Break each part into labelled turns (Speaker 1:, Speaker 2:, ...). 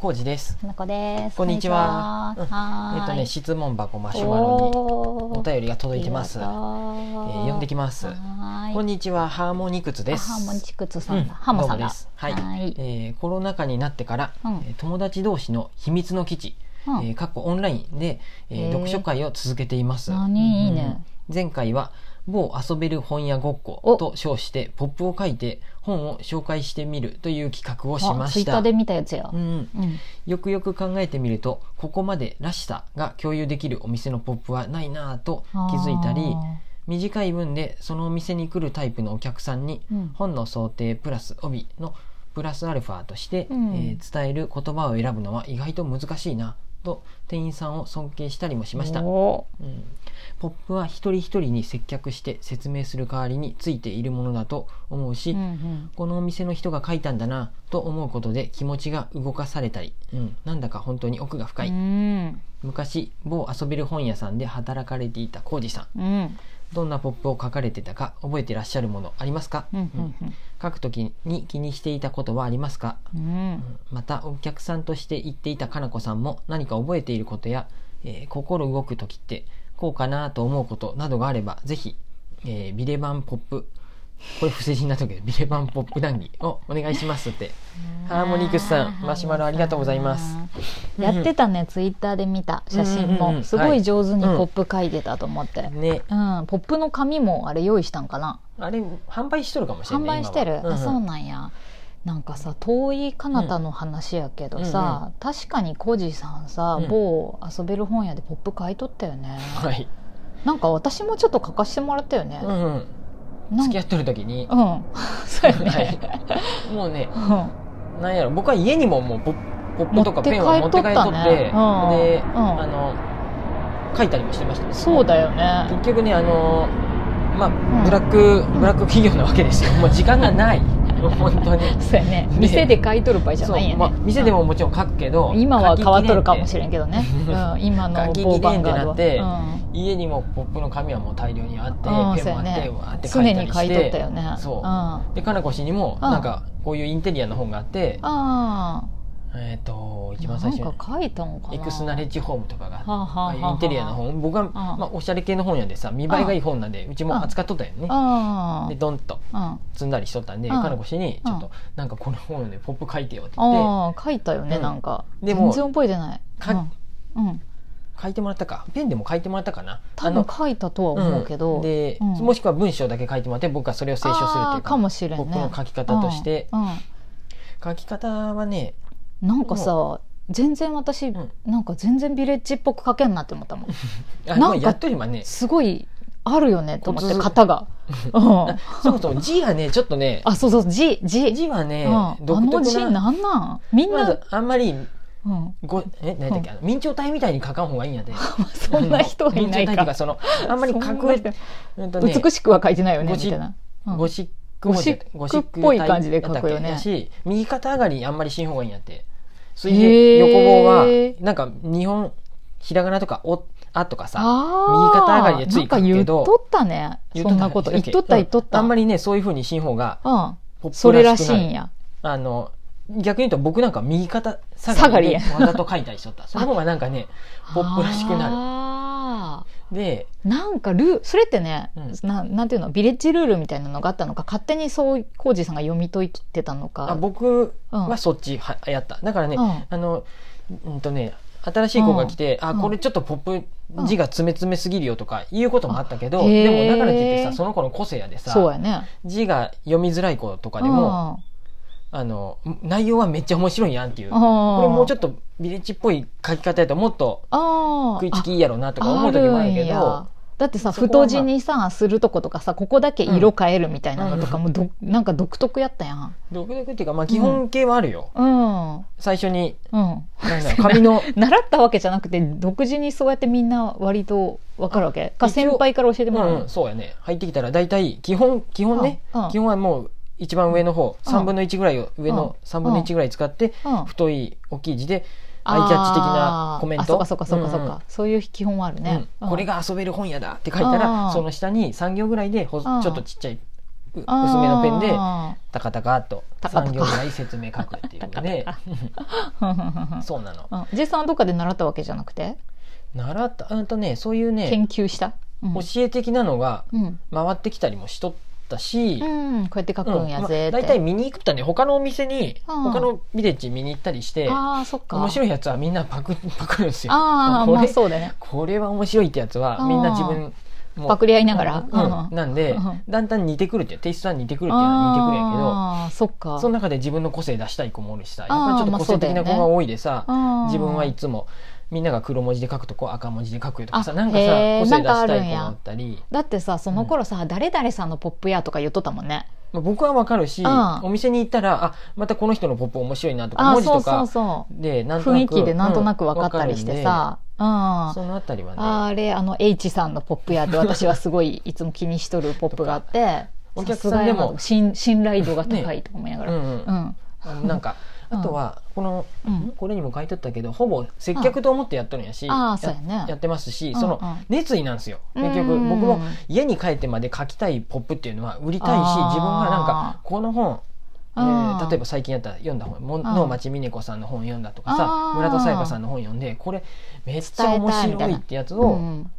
Speaker 1: コウジです。
Speaker 2: なこです。
Speaker 1: こんにちは。
Speaker 2: こんにちは
Speaker 1: うんえっとね、
Speaker 2: はーい
Speaker 1: 質問箱マシュマロにお
Speaker 2: お
Speaker 1: 便りが届いてます。えー
Speaker 2: 読
Speaker 1: 読んでき
Speaker 2: ま
Speaker 1: ます。
Speaker 2: はーい。
Speaker 1: こんにちは、ハーモニクツです。
Speaker 2: あハーモニチクツさ
Speaker 1: うん
Speaker 2: んだ。ハモさん
Speaker 1: どうも
Speaker 2: だ
Speaker 1: です。はい
Speaker 2: ー
Speaker 1: えーコロナ禍になってから、
Speaker 2: うん
Speaker 1: えー友達同士の秘密の基地、
Speaker 2: うん
Speaker 1: えー、過去オンラインで、えー
Speaker 2: へー
Speaker 1: 読書会を続けています。
Speaker 2: 何いいね
Speaker 1: うん前回は某遊べる本屋ごっこ
Speaker 2: お
Speaker 1: と称してポップを書いて本を紹介してみるという企画をし
Speaker 2: あ
Speaker 1: ま
Speaker 2: ツイ
Speaker 1: し
Speaker 2: ッタ
Speaker 1: た。
Speaker 2: ーで見たやつや
Speaker 1: う。ん、
Speaker 2: うん。
Speaker 1: よくよく考えてみるとここまでらしさが共有できるお店のポップはないなぁと気づいたり短い文でそのお店に来るタイプのお客さんに
Speaker 2: うん
Speaker 1: 本の想定プラス帯のプラスアルファとして、
Speaker 2: うん
Speaker 1: えー伝える言葉を選ぶのは意外と難しいなと店員さんを尊敬したりもしました、うん、
Speaker 2: お
Speaker 1: ポップは一人一人に接客して説明する代わりについているものだと思うし、
Speaker 2: ーうんうん
Speaker 1: このお店の人が書いたんだなと思うことで気持ちが動かされたり、うん、なんだか本当に奥が深い、
Speaker 2: うん
Speaker 1: 昔某遊べる本屋さんで働かれていた浩二さん
Speaker 2: うん
Speaker 1: どんなポップを書かれてたか覚えてらっしゃるものありますか、
Speaker 2: うんうん
Speaker 1: うん書くときに気にしていたことはありますか、
Speaker 2: うんうん
Speaker 1: うんまたお客さんとして言っていたかなこさんも何か覚えていることや、えー心動く時ってこうかなと思うことなどがあればぜひ、えービレバンポップこれ不正人な時ビレバンポップ談義をお願いしますってハーモニクスさんマシュマロありがとうございます
Speaker 2: やってたねツイッターで見た写
Speaker 1: う
Speaker 2: 真
Speaker 1: んうんうん
Speaker 2: もすご
Speaker 1: はい
Speaker 2: い上手にポップ書いてたと思って、
Speaker 1: ね
Speaker 2: うん、ポップの紙もあれ用意したんかな
Speaker 1: あれ販売しとるかもしれ
Speaker 2: 販
Speaker 1: ない
Speaker 2: 売してる、
Speaker 1: 今は
Speaker 2: あ
Speaker 1: んん
Speaker 2: そうなんやなんかさ遠い彼方の話やけどさ、確かにコジさんさ、
Speaker 1: うん
Speaker 2: 某遊べる本屋でポップ買い取った よね
Speaker 1: はい、
Speaker 2: なんか私もちょっと書かしてもらったよね、
Speaker 1: うんうん
Speaker 2: なん
Speaker 1: 付き合っとる時に、
Speaker 2: うん そうよ ね、
Speaker 1: はい、もうね
Speaker 2: う
Speaker 1: なんやろ僕は家にももうポポップとかペンを持
Speaker 2: 持
Speaker 1: っ
Speaker 2: ってて
Speaker 1: 帰っ
Speaker 2: 帰っ
Speaker 1: とって
Speaker 2: とったねうん
Speaker 1: で、
Speaker 2: うん
Speaker 1: あの書いたりもしてましたね
Speaker 2: ん、そうだよね
Speaker 1: 結局ねあのまあ、
Speaker 2: ん
Speaker 1: ブラックブラック企業なわけです よもう時間がない本当に
Speaker 2: そうやね
Speaker 1: ね
Speaker 2: 店で買い取る場合じゃないよね、
Speaker 1: まあ、店でももちろん書くけど、
Speaker 2: 今は変わっとるかもし
Speaker 1: れ
Speaker 2: れんけどね、
Speaker 1: 書ききれん
Speaker 2: うん、今の
Speaker 1: 書ききれん
Speaker 2: 某バンガード
Speaker 1: ってなって
Speaker 2: は
Speaker 1: ん家にもポップの紙はもう大量にあって、ペ
Speaker 2: うん
Speaker 1: ンもあって、
Speaker 2: そうやね
Speaker 1: わーっ
Speaker 2: うん
Speaker 1: て書
Speaker 2: 常
Speaker 1: いたりして
Speaker 2: に買い取ったよね
Speaker 1: そう
Speaker 2: うん、あ
Speaker 1: でかなこ氏にも
Speaker 2: うん
Speaker 1: なんかこういうインテリアの本があって、
Speaker 2: あ
Speaker 1: えっ、と一番
Speaker 2: な
Speaker 1: 最初
Speaker 2: ん
Speaker 1: に
Speaker 2: か書いたのかな
Speaker 1: エクスナレッジホームとかがあって
Speaker 2: はあはあはあはあ
Speaker 1: インテリアの本僕は、まあ、おしゃれ系の本やでさ見栄えがいい本なんでうちも扱っとったよね
Speaker 2: ああ
Speaker 1: でドンと
Speaker 2: うん
Speaker 1: 積んだりしとったんで
Speaker 2: うん
Speaker 1: かのこ氏に「ちょっとなんかこの本でポップ書いてよ」って言って
Speaker 2: ああ書いたよね、
Speaker 1: うん
Speaker 2: なんか
Speaker 1: でも
Speaker 2: 全然覚えてない
Speaker 1: か
Speaker 2: うん、うん
Speaker 1: 書いてもらったかペンでも書いてもらったかな
Speaker 2: 多分書いたとは思うけど、
Speaker 1: うんで、
Speaker 2: うん
Speaker 1: もしくは文章だけ書いてもらって僕はそれを清書するってい
Speaker 2: あ
Speaker 1: う
Speaker 2: ーかもしれんね
Speaker 1: 僕の書き方として、
Speaker 2: うんうん
Speaker 1: 書き方はね
Speaker 2: なんかさ全然私、
Speaker 1: うん
Speaker 2: なんか全然ビレッジっぽく書けんなって思ったもん
Speaker 1: あ
Speaker 2: なんか
Speaker 1: まあやっとりばね
Speaker 2: すごいあるよねと思って
Speaker 1: コツ
Speaker 2: 型が、うん、
Speaker 1: そもそ も字がねちょっとね
Speaker 2: あそうそう字字
Speaker 1: 字はね、
Speaker 2: うん、あ
Speaker 1: 独特
Speaker 2: の字
Speaker 1: な
Speaker 2: なんなんみん
Speaker 1: ま
Speaker 2: な、
Speaker 1: ずあんまり
Speaker 2: うん、
Speaker 1: ごえ何だっけ、あの明朝体みたいに書かん方がいいんやで
Speaker 2: そんな人はいない
Speaker 1: 明朝体っていう
Speaker 2: か
Speaker 1: そのあんまり書
Speaker 2: そん
Speaker 1: く
Speaker 2: な
Speaker 1: え
Speaker 2: 人
Speaker 1: っとね
Speaker 2: 美しくは書いてないよね
Speaker 1: ゴ
Speaker 2: み
Speaker 1: シ
Speaker 2: たいな、うん
Speaker 1: ゴシック文字
Speaker 2: ゴシックっぽい感じで書くよね
Speaker 1: やったっけやし右肩上がりにあんまりしん方がいいんやってそれ
Speaker 2: へ
Speaker 1: で
Speaker 2: ー
Speaker 1: 横棒はなんか日本ひらがなとか「お」「あ」とかさ
Speaker 2: あー
Speaker 1: 右肩上がりでつい書くけど
Speaker 2: なんか言っとったね
Speaker 1: 言っ
Speaker 2: そ
Speaker 1: た
Speaker 2: んなこと
Speaker 1: だ
Speaker 2: 言っ
Speaker 1: け
Speaker 2: とった言っとった、
Speaker 1: うんあんま
Speaker 2: り
Speaker 1: りねそういうふうにしん方が
Speaker 2: うん
Speaker 1: ポップ
Speaker 2: それらし
Speaker 1: くない
Speaker 2: んや
Speaker 1: あの逆に言うと僕なんか右肩下
Speaker 2: 下
Speaker 1: が
Speaker 2: が
Speaker 1: り
Speaker 2: り
Speaker 1: で
Speaker 2: や
Speaker 1: わざと書いたりしとったその方がなんかねポップらしくなる
Speaker 2: なる
Speaker 1: で
Speaker 2: なんかルーそれってね、
Speaker 1: う
Speaker 2: ななんていうのビレッジルールみたいなのがあったのか勝手にそう浩二さんが読み解いてたのか
Speaker 1: あ僕
Speaker 2: うん
Speaker 1: はそっちはやっただからね、
Speaker 2: うん
Speaker 1: あのうんとね新しい子が来て、あ
Speaker 2: うん
Speaker 1: これちょっとポッ
Speaker 2: う
Speaker 1: プ
Speaker 2: ん
Speaker 1: 字が詰め詰めすぎるよとかいうこともあったけど、
Speaker 2: あへー
Speaker 1: でもだからといってさその子の個性やで
Speaker 2: そう
Speaker 1: さ
Speaker 2: やね
Speaker 1: 字が読みづらい子とかでも、あの内容はめっちゃ面白いやんっていう、これもうちょ
Speaker 2: っ
Speaker 1: っとビレッジっぽい書き方やともっと
Speaker 2: と
Speaker 1: 食いつきいいやろうなとか思う時もあるけど
Speaker 2: だってさ
Speaker 1: そこは
Speaker 2: 太字にさするとことかさここだけ色変えるみたいなのとか
Speaker 1: う
Speaker 2: もど、なんか独特やったやん
Speaker 1: 独特っていうか、まあ、基本形はあるよ、
Speaker 2: うんうん
Speaker 1: 最初になん だろう紙
Speaker 2: 紙
Speaker 1: の
Speaker 2: 習ったわけじゃなくて独自にそうやってみんな割と分かるわけ
Speaker 1: 一応
Speaker 2: か先輩から教えてもらう
Speaker 1: うん、そうやね入ってきたら大体基本基本ね、
Speaker 2: うんうん
Speaker 1: 基本はもう一番上の方、
Speaker 2: うん
Speaker 1: 3分の1ぐらいを上の
Speaker 2: うん
Speaker 1: 3分の1ぐらい使って、
Speaker 2: うん
Speaker 1: 太い大きい字でアイキャッチ的なコメン
Speaker 2: あーあ
Speaker 1: ト
Speaker 2: そうかそうかそうかそうか、
Speaker 1: うんうん
Speaker 2: そういう基本はあるね、
Speaker 1: うんこれ
Speaker 2: が
Speaker 1: が遊べる本屋だって書いたら、
Speaker 2: うん
Speaker 1: その下に3行ぐらいでほ、
Speaker 2: うん
Speaker 1: ちょっとちっちゃいう薄めのペンで
Speaker 2: あ
Speaker 1: タカタカっと
Speaker 2: タカタカ
Speaker 1: 3行ぐらい説明書くっていうので
Speaker 2: ー
Speaker 1: そうなの
Speaker 2: うんジェイさんはどっかで習ったわけじゃなくて、
Speaker 1: 習ったうんとねそういうね
Speaker 2: 研究した、うん
Speaker 1: 教え的なのが
Speaker 2: うん
Speaker 1: 回ってきたりもしとったし、
Speaker 2: うん、こうやって書くんや
Speaker 1: う
Speaker 2: ぜっ
Speaker 1: ん
Speaker 2: て、
Speaker 1: まあ、大体見に行くとね他のお店に、
Speaker 2: うん
Speaker 1: 他のビレッジ見に行ったりして
Speaker 2: ああそっか
Speaker 1: 面白いやつはみんなパクパクるんですよ
Speaker 2: ああ
Speaker 1: これ
Speaker 2: まあそうだね
Speaker 1: これは面白いってやつはみんな自分も
Speaker 2: パクリ合いながら、
Speaker 1: うん、なんで
Speaker 2: うん
Speaker 1: だんだん似てくるっていうテイストは似てくるっていうのは似てくるんやけど
Speaker 2: ああそっか
Speaker 1: その中で自分の個性出したい子もおるしさやっ
Speaker 2: あー
Speaker 1: ぱりちょっと個性的な子
Speaker 2: ま
Speaker 1: が
Speaker 2: あそうだよね
Speaker 1: 多いでさ、
Speaker 2: あー
Speaker 1: 自分はいつもみんなが黒文字で書くとこ赤文字で書くとかさ
Speaker 2: あ
Speaker 1: なんかさ
Speaker 2: へー
Speaker 1: 個性出
Speaker 2: なんかあ
Speaker 1: し
Speaker 2: る
Speaker 1: た
Speaker 2: ん
Speaker 1: い子
Speaker 2: や
Speaker 1: があったり、
Speaker 2: だってさその頃さ、誰々さんのポップやとか言っとったもんね
Speaker 1: まあ、僕はわかるし、
Speaker 2: うん
Speaker 1: お店に行ったらあまたこの人のポップ面白いなとか
Speaker 2: ああ
Speaker 1: 文字
Speaker 2: そ
Speaker 1: と
Speaker 2: うそ
Speaker 1: か
Speaker 2: うそう
Speaker 1: でなんと
Speaker 2: 雰
Speaker 1: な
Speaker 2: 囲
Speaker 1: く
Speaker 2: 気でなんとなく
Speaker 1: うん
Speaker 2: 分かったりしてさ、うん
Speaker 1: わかるんでそのあたりはね
Speaker 2: あれあの H さんのポップ屋で私はすごいいつも気にしとるポップがあって
Speaker 1: お客さんでも
Speaker 2: さすがやな信信頼度が高いと思いなが
Speaker 1: う
Speaker 2: ら、
Speaker 1: んうん
Speaker 2: うん
Speaker 1: あのなんか
Speaker 2: うん
Speaker 1: あとはこの、
Speaker 2: うん
Speaker 1: んこれにも書いてあったけどほぼ接客と思ってやっとるんやし、
Speaker 2: ああ
Speaker 1: や
Speaker 2: そうやね
Speaker 1: やってますし、
Speaker 2: うん
Speaker 1: そ
Speaker 2: うん
Speaker 1: の熱意なんですよ結局
Speaker 2: うん
Speaker 1: 僕も家に帰ってまで書きたいポップっていうのは売りたいし
Speaker 2: あー
Speaker 1: 自分がなんかこの本え
Speaker 2: あ
Speaker 1: ー
Speaker 2: ー
Speaker 1: 例えば最近やった読んだ本も
Speaker 2: ん
Speaker 1: 能町みね子さんの本読んだとか
Speaker 2: あ
Speaker 1: さ
Speaker 2: ー
Speaker 1: 村田沙耶香さんの本読んでこれめっちゃ
Speaker 2: 伝え
Speaker 1: 面
Speaker 2: たいみた
Speaker 1: 白
Speaker 2: い
Speaker 1: い
Speaker 2: な
Speaker 1: ってやつ
Speaker 2: う
Speaker 1: を
Speaker 2: ん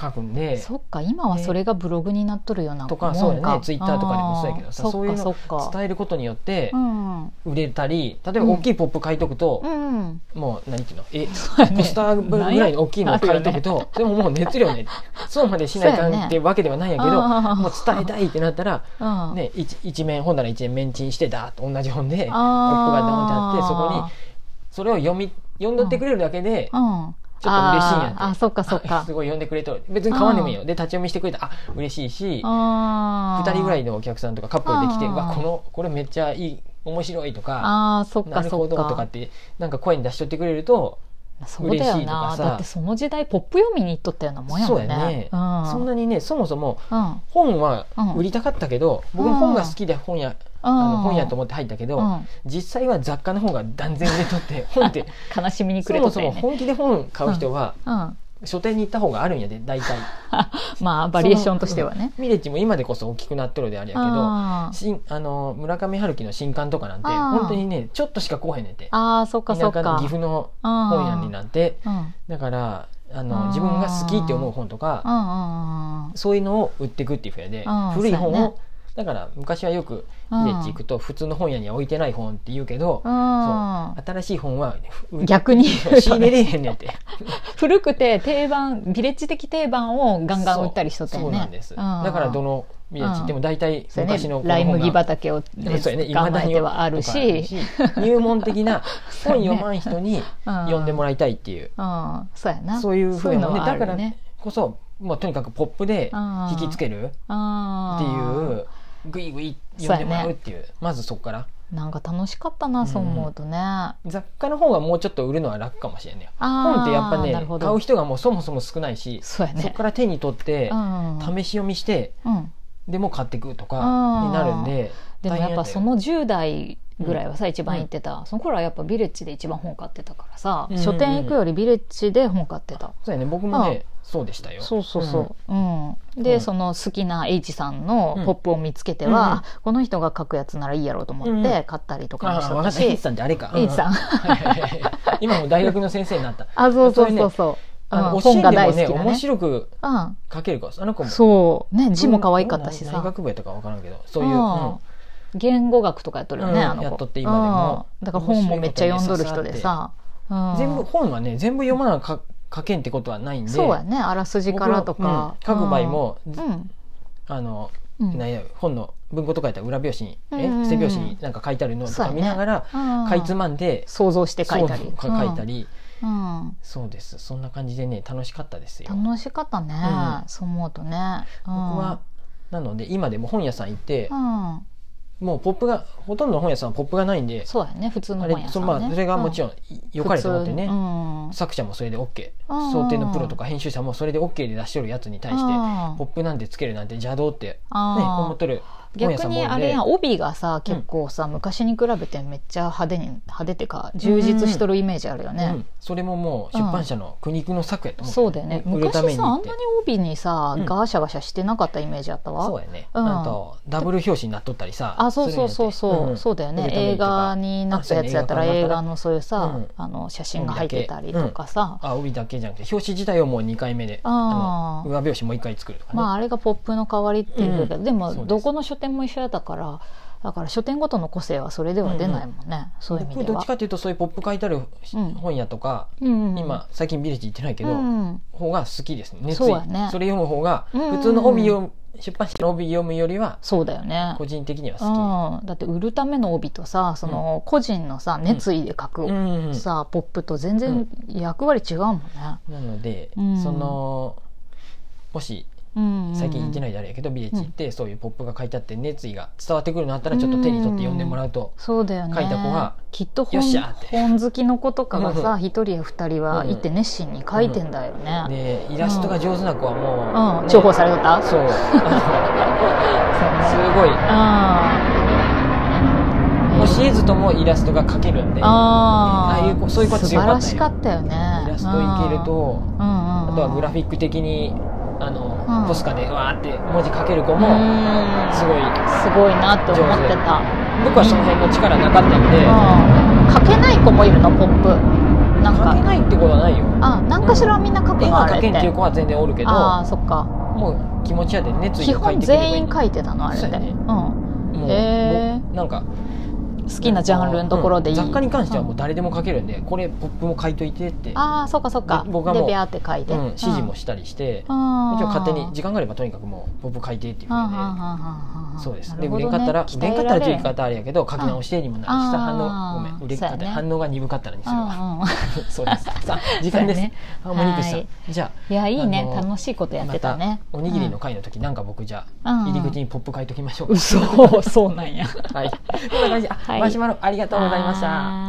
Speaker 1: 書くんで、
Speaker 2: そっか今はそれがブログになっとるような
Speaker 1: とか
Speaker 2: もん
Speaker 1: そうだねツイッターとかでもそうやけどさ
Speaker 2: あー
Speaker 1: そういうの
Speaker 2: そっかそっか
Speaker 1: 伝えることによって
Speaker 2: うんうん
Speaker 1: 売れたり例えば大きいポップ書いとくと、
Speaker 2: うん
Speaker 1: もう何ていうのえ
Speaker 2: そうやね
Speaker 1: ポスターぐらいの大きいのを書いとくと、でももう熱量ねそうまでしないかんってわけではないんやけど、
Speaker 2: そうやね
Speaker 1: もう伝えたいってなったら、
Speaker 2: うん
Speaker 1: ね、一一面本なら一面メンチンしてだーっと同じ本でコップがドーンってあ
Speaker 2: あ
Speaker 1: って
Speaker 2: ー
Speaker 1: そこにそれを読み読んどってくれるだけで、
Speaker 2: うん
Speaker 1: ちょっと嬉しいんやって
Speaker 2: あーあそっかそっ
Speaker 1: あ
Speaker 2: か
Speaker 1: すごい読んでくれとる別に変わんでもいいよで立ち読みしてくれたらあ嬉しいし
Speaker 2: あ
Speaker 1: 2人ぐら
Speaker 2: い
Speaker 1: いのお客さんとかカップルで来て
Speaker 2: あー
Speaker 1: うわこのこれめっちゃいい面白いとか
Speaker 2: あーそっ
Speaker 1: な
Speaker 2: か
Speaker 1: る
Speaker 2: そ
Speaker 1: ほ
Speaker 2: っ
Speaker 1: どとか
Speaker 2: か
Speaker 1: ってなんか声に出しとってくれると
Speaker 2: そうだよ
Speaker 1: 嬉しいとか
Speaker 2: な
Speaker 1: さ
Speaker 2: だってその時代ポップ読みに行っとったようなもんやもんね
Speaker 1: そうやね
Speaker 2: うん
Speaker 1: そんなにねそもそも
Speaker 2: うん
Speaker 1: 本は
Speaker 2: うん
Speaker 1: 売りたかったけど、僕も本が好きで本屋、あの本屋と思って入ったけど、
Speaker 2: うん
Speaker 1: 実際は雑貨の方が断然でとって 本って
Speaker 2: 悲しみに
Speaker 1: そ
Speaker 2: 暮れと
Speaker 1: も
Speaker 2: っ
Speaker 1: そ
Speaker 2: た
Speaker 1: も
Speaker 2: よね
Speaker 1: 本気で本買う人は
Speaker 2: うん
Speaker 1: 書店に行った方があるんやで大体
Speaker 2: まあバリエーションとしてはね
Speaker 1: ミレッジも今でこそ大きくなっとるであれやけど
Speaker 2: あー
Speaker 1: 新あの村上春樹の新刊とかなんて
Speaker 2: あー
Speaker 1: 本当にねちょっとしか来へんねんて
Speaker 2: あーそっ
Speaker 1: 田
Speaker 2: かそ
Speaker 1: 舎
Speaker 2: っか
Speaker 1: の岐阜の本屋になんて
Speaker 2: うんうん
Speaker 1: だからあ
Speaker 2: あー
Speaker 1: の自分が好きって思う本とか
Speaker 2: うんうんうん
Speaker 1: そういうのを売っていくっていうふうやで
Speaker 2: あー
Speaker 1: 古い本
Speaker 2: そうや
Speaker 1: をだから昔はよく
Speaker 2: うん
Speaker 1: ビレッジ行くと普通の本屋には置いてない本って言うけど
Speaker 2: うん
Speaker 1: 新しい本はう
Speaker 2: 逆に
Speaker 1: そう仕入れれへんねんって
Speaker 2: 古くて定番ビレッジ的定番をガンガン売ったりしとった
Speaker 1: そ
Speaker 2: よね
Speaker 1: うそうなんですだからど
Speaker 2: の
Speaker 1: のビレッジ行っても大体昔のこの
Speaker 2: ライ
Speaker 1: 本
Speaker 2: 麦
Speaker 1: が
Speaker 2: 畑を
Speaker 1: でもそうやね
Speaker 2: 捕ま
Speaker 1: 未
Speaker 2: えてはある
Speaker 1: とかある
Speaker 2: し
Speaker 1: 入門的な
Speaker 2: そう
Speaker 1: 本
Speaker 2: やね
Speaker 1: 読まん人に読んでもらいたいっていう
Speaker 2: うんそうやな
Speaker 1: そういうふうな
Speaker 2: そ
Speaker 1: の
Speaker 2: う
Speaker 1: で
Speaker 2: いうのはあ
Speaker 1: だ
Speaker 2: る
Speaker 1: から
Speaker 2: ね
Speaker 1: こそもうとにかくポップで
Speaker 2: あー
Speaker 1: 引きつけるって
Speaker 2: あ
Speaker 1: いうグイグイ読んでもらうっていうまずそこから
Speaker 2: ーなんか楽しかったなそう思うとねあ
Speaker 1: 雑貨の方がもうちょっと売るのは楽かもしれないよ
Speaker 2: ー
Speaker 1: 本ってやっぱ
Speaker 2: なるほ
Speaker 1: ね
Speaker 2: ど
Speaker 1: 買う人がもうそもそも少ないし
Speaker 2: そうやね
Speaker 1: そこから手に取って
Speaker 2: うん
Speaker 1: 試し読みして
Speaker 2: うん
Speaker 1: でも買ってくと
Speaker 2: あ
Speaker 1: か
Speaker 2: ー
Speaker 1: になるんで
Speaker 2: でも
Speaker 1: 大変
Speaker 2: やっぱ
Speaker 1: だよ
Speaker 2: その10代ぐらいはさ一番行ってたその頃はやっぱビレッジで一番本買ってたからさ
Speaker 1: うん
Speaker 2: 書店行くよりビレッジで本買ってた
Speaker 1: そうやね僕もねそうでしたよ
Speaker 2: そうそうそう、うんで、
Speaker 1: うん
Speaker 2: その好きな H さんのポップを見つけて
Speaker 1: うんうん
Speaker 2: は、あこの人が書くやつならいいやろうと思っ
Speaker 1: うんう
Speaker 2: て
Speaker 1: ん
Speaker 2: 買ったりとか
Speaker 1: あ
Speaker 2: も
Speaker 1: あ
Speaker 2: し
Speaker 1: ー
Speaker 2: て
Speaker 1: 分か
Speaker 2: た
Speaker 1: った
Speaker 2: し、
Speaker 1: エイジさんってあれか
Speaker 2: H さん
Speaker 1: はいはいはいはい今もう大学の先生になった
Speaker 2: あそうそうそうそう、
Speaker 1: あの
Speaker 2: うん、
Speaker 1: 教え
Speaker 2: 本
Speaker 1: て
Speaker 2: が
Speaker 1: も
Speaker 2: 大好き
Speaker 1: ね
Speaker 2: だ
Speaker 1: 面
Speaker 2: ね
Speaker 1: 白く
Speaker 2: うん
Speaker 1: 書けるからあの子も
Speaker 2: そうね字も可愛かったし
Speaker 1: 大
Speaker 2: さ、
Speaker 1: 学部やったか分からんけどそういううんうん
Speaker 2: 言語学とかやっとるよね、
Speaker 1: うん
Speaker 2: あの子
Speaker 1: やっとって今でも
Speaker 2: うんだから本もめっちゃ読んどる人でさ、うん、
Speaker 1: 全部本はね全部読まなか書けんってことはないんで
Speaker 2: そうやねあらすじからと
Speaker 1: 僕は
Speaker 2: か、
Speaker 1: うん書く場合も
Speaker 2: うん、うん
Speaker 1: あの
Speaker 2: うん
Speaker 1: なんや本の文庫とかやったら裏表紙にえ
Speaker 2: うんうんうん
Speaker 1: 背表紙になんか書いてあるのと
Speaker 2: そう
Speaker 1: か
Speaker 2: やね
Speaker 1: 見ながらかいつまんで
Speaker 2: 想像して書いたり
Speaker 1: そうか書いたり
Speaker 2: うんうん
Speaker 1: そうですそんな感じでね楽しかったですよ
Speaker 2: 楽しかったね、
Speaker 1: うん
Speaker 2: そう思うとね、うん、
Speaker 1: 僕はなので今でも本屋さん行って
Speaker 2: うん
Speaker 1: もうポップがほとんどの本屋さんはポップがないんで
Speaker 2: そうやね普通の
Speaker 1: あ
Speaker 2: 本
Speaker 1: れ
Speaker 2: 屋さん、ね、
Speaker 1: そ,、まあ、それがもちろん良かれと思ってね、
Speaker 2: うん、
Speaker 1: 作者もそれで OK
Speaker 2: うん
Speaker 1: 想定のプロとか編集者もそれで OK で出しとるやつに対して
Speaker 2: うん
Speaker 1: ポップなんてつけるなんて邪道ってね
Speaker 2: あー
Speaker 1: 思っとる本屋
Speaker 2: 逆
Speaker 1: さんも
Speaker 2: に
Speaker 1: 多いんで
Speaker 2: あれやん帯がさ結構さ、昔に比べてめっちゃ派手に派手ってか充実しとるイメージあるよ
Speaker 1: う
Speaker 2: ね、
Speaker 1: ん、それももう出版社の苦肉の策やと思
Speaker 2: そうだよね
Speaker 1: 売る
Speaker 2: 昔さ
Speaker 1: ために
Speaker 2: あ
Speaker 1: っ
Speaker 2: ん
Speaker 1: て
Speaker 2: なに帯にさ、
Speaker 1: うん
Speaker 2: ガーシャガシャしてなかったイメージあったわ
Speaker 1: そうやね、
Speaker 2: うん
Speaker 1: あとダブル表紙になっとったりさ
Speaker 2: あそうそうそうそう、そうだよね映画
Speaker 1: に
Speaker 2: になったやつやったら
Speaker 1: あそうね
Speaker 2: 映画のそういうさ、
Speaker 1: うん
Speaker 2: あの写真が入ってたりとかさ、
Speaker 1: あ帯だけじゃなくて表紙自体をもう2回目で
Speaker 2: あ
Speaker 1: あ
Speaker 2: ー
Speaker 1: の上表紙もう1回作るとかね、
Speaker 2: まああれがポップの代わりっていうけど、
Speaker 1: うん
Speaker 2: で
Speaker 1: そうで
Speaker 2: も
Speaker 1: す
Speaker 2: どこの書店も一緒やだからだから書店ごとの個性はそれでは出ないもんね、そういう意味
Speaker 1: 僕
Speaker 2: で
Speaker 1: どっ
Speaker 2: は
Speaker 1: ち。かというとそういうポップ書いてある
Speaker 2: うん
Speaker 1: 本屋とか、
Speaker 2: うんうん
Speaker 1: 今最近ビレッジ行ってないけ
Speaker 2: け
Speaker 1: ど、
Speaker 2: うん
Speaker 1: 方が好きですね熱
Speaker 2: そう
Speaker 1: 意
Speaker 2: やね
Speaker 1: それ読む方が
Speaker 2: うんうんうん
Speaker 1: 普通の帯読む、出版社の帯読むよりは
Speaker 2: そうだよね
Speaker 1: 個人的には好
Speaker 2: うん、だって売るための帯とさその個人のさ熱意で書
Speaker 1: き、
Speaker 2: く、
Speaker 1: うんうんうん
Speaker 2: さポップと全然役割違うもんね、
Speaker 1: なので、
Speaker 2: うん
Speaker 1: そのもし最近行ってないいであれやけど、ビレッジ行ってそういうポップが書いてあって熱意が伝わってくるのあったらちょっと手に取って読んでもらうと、
Speaker 2: そうだよね
Speaker 1: 書いた子が
Speaker 2: きっと
Speaker 1: よ
Speaker 2: 本
Speaker 1: っしゃーって
Speaker 2: 本好きの子とかが
Speaker 1: うんう
Speaker 2: さ
Speaker 1: ん
Speaker 2: 一人や二人はいて熱心に書いてんだよね、うん
Speaker 1: でイラストが上手な子はもう、
Speaker 2: 重宝されとった
Speaker 1: そうあの
Speaker 2: う
Speaker 1: すごい
Speaker 2: ん
Speaker 1: 教えずともイラストが描けるんでイラ
Speaker 2: あ
Speaker 1: ああいう子そういう子
Speaker 2: 素
Speaker 1: 強
Speaker 2: 晴
Speaker 1: かったよ
Speaker 2: らしかったよね
Speaker 1: ストいけると
Speaker 2: うんうんうん
Speaker 1: あとはグラフィック的にあの、
Speaker 2: うん
Speaker 1: ポスカでわーって文字書ける子
Speaker 2: う
Speaker 1: も
Speaker 2: ん
Speaker 1: すごい
Speaker 2: すごいなって思ってた、
Speaker 1: 僕はその辺の力なかったんで、
Speaker 2: うん、書けない子もいるのポップなん
Speaker 1: 書け
Speaker 2: か
Speaker 1: ないってことはないよ
Speaker 2: あなんかしらみんな書く
Speaker 1: 絵
Speaker 2: のあ
Speaker 1: は
Speaker 2: れ
Speaker 1: 描
Speaker 2: っ
Speaker 1: けんっていう
Speaker 2: て
Speaker 1: 子は全然おるけど
Speaker 2: ああそっか
Speaker 1: もう気持ちやで熱意
Speaker 2: 基
Speaker 1: を書い
Speaker 2: 本
Speaker 1: てくればいい
Speaker 2: 全員書いてたのあれ
Speaker 1: そう
Speaker 2: で、
Speaker 1: やね
Speaker 2: うん
Speaker 1: もう
Speaker 2: へー
Speaker 1: もうなんか
Speaker 2: 好きなジャンルのところでいい、
Speaker 1: うん雑貨に関してはもう
Speaker 2: う
Speaker 1: 誰でも書けるんで、これポップも書いといてって、
Speaker 2: んああそっかそっか
Speaker 1: で僕はもう
Speaker 2: でビャーって書いて、
Speaker 1: うん、指示もしたりして、
Speaker 2: うん
Speaker 1: 一応勝手に時間があればとにかくもうポップ書いてっていう
Speaker 2: はあ
Speaker 1: の
Speaker 2: はあは
Speaker 1: で、
Speaker 2: あはあ
Speaker 1: そうです、
Speaker 2: な
Speaker 1: で
Speaker 2: る
Speaker 1: 売
Speaker 2: ほ
Speaker 1: れ
Speaker 2: ど
Speaker 1: んかったら
Speaker 2: ね
Speaker 1: 売れんかったら
Speaker 2: 鍛え
Speaker 1: とい
Speaker 2: れ
Speaker 1: う言い方あれやけど書き直してにもなるしさ
Speaker 2: あー
Speaker 1: 反応ごめん売れんかった
Speaker 2: そう
Speaker 1: ら
Speaker 2: やね
Speaker 1: 反応が鈍かったらにするわ、
Speaker 2: うんうん
Speaker 1: そうですさあ時間です、
Speaker 2: そうやね
Speaker 1: あ森口さん、
Speaker 2: はい
Speaker 1: じゃ
Speaker 2: いやいい
Speaker 1: あ
Speaker 2: ね
Speaker 1: の
Speaker 2: 楽しいこと
Speaker 1: あ
Speaker 2: やっ
Speaker 1: ま
Speaker 2: てた
Speaker 1: た
Speaker 2: ね
Speaker 1: おにぎりの回の時、なんか僕じゃあ
Speaker 2: うん
Speaker 1: 入り口にポップ書いときましょうか、
Speaker 2: 嘘そうなんや
Speaker 1: はいこんな感じあ、
Speaker 2: はい
Speaker 1: マシュマロありがとうございました
Speaker 2: はーい